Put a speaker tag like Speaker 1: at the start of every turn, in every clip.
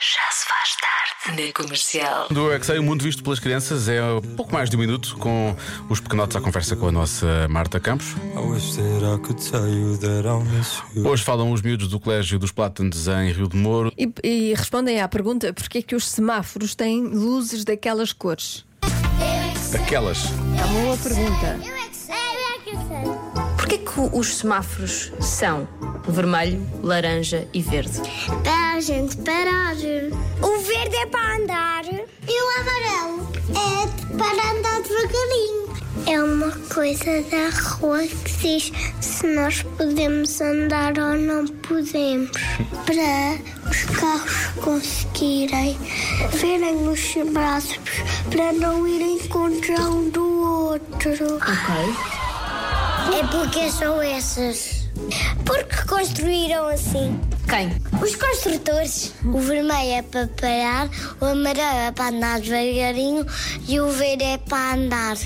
Speaker 1: se faz tarde na comercial.
Speaker 2: Do Eu é Que Sei, o mundo visto pelas crianças é pouco mais de um minuto com os pequenotes à conversa com a nossa Marta Campos.
Speaker 3: I wish that I could tell you that I'll miss you.
Speaker 2: Hoje falam os miúdos do Colégio dos Plátanos em Rio de Moro.
Speaker 4: E, e respondem à pergunta porque é que os semáforos têm luzes daquelas cores.
Speaker 2: Aquelas.
Speaker 4: É uma boa pergunta.
Speaker 5: Eu é que sei, eu é que sei.
Speaker 6: Porquê que os semáforos são vermelho, laranja e verde?
Speaker 5: Para a gente parar. O verde é para andar. E o amarelo é para andar devagarinho. É uma coisa da rua que diz se nós podemos andar ou não podemos. Para os carros conseguirem verem os braços para não irem contra um do outro.
Speaker 4: Ah,
Speaker 5: É porque são essas. Porque construíram assim.
Speaker 6: Quem?
Speaker 5: Os construtores. O vermelho é para parar, o amarelo é para andar devagarinho e o verde é para andar.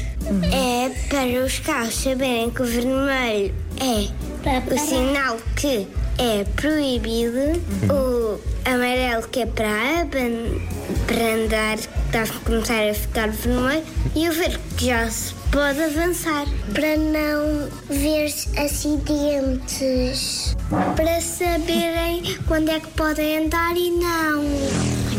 Speaker 5: É para os carros saberem que o vermelho é o sinal que é proibido, o amarelo que é para, aban- para andar, que está a começar a ficar vermelho, e o verde que já se pode avançar. Para não ver acidentes para saberem quando é que podem andar e não.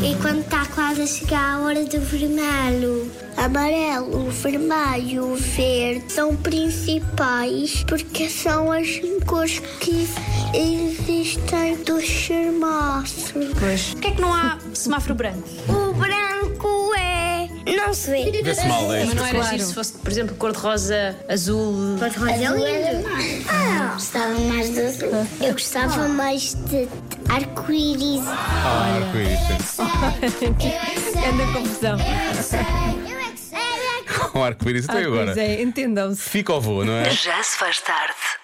Speaker 5: E quando está quase a chegar a hora do vermelho. Amarelo, vermelho, verde são principais porque são as cores que existem dos semáforos.
Speaker 6: Pois. Porquê que não há semáforo branco?
Speaker 5: O branco é. Não se vê.
Speaker 2: Vê-se mal, é
Speaker 6: Mas não era
Speaker 4: Claro.
Speaker 6: giro se fosse, por exemplo, cor-de-rosa, azul.
Speaker 5: Azul era mais. Eu gostava mais do azul. Eu gostava mais de arco-íris.
Speaker 2: Ah, arco-íris.
Speaker 5: é
Speaker 4: Anda a confusão.
Speaker 2: Com arco-íris até
Speaker 4: Ah, pois
Speaker 2: Então, agora.
Speaker 4: é, entendam-se.
Speaker 2: Fica ao voo, não é?
Speaker 1: Já se faz tarde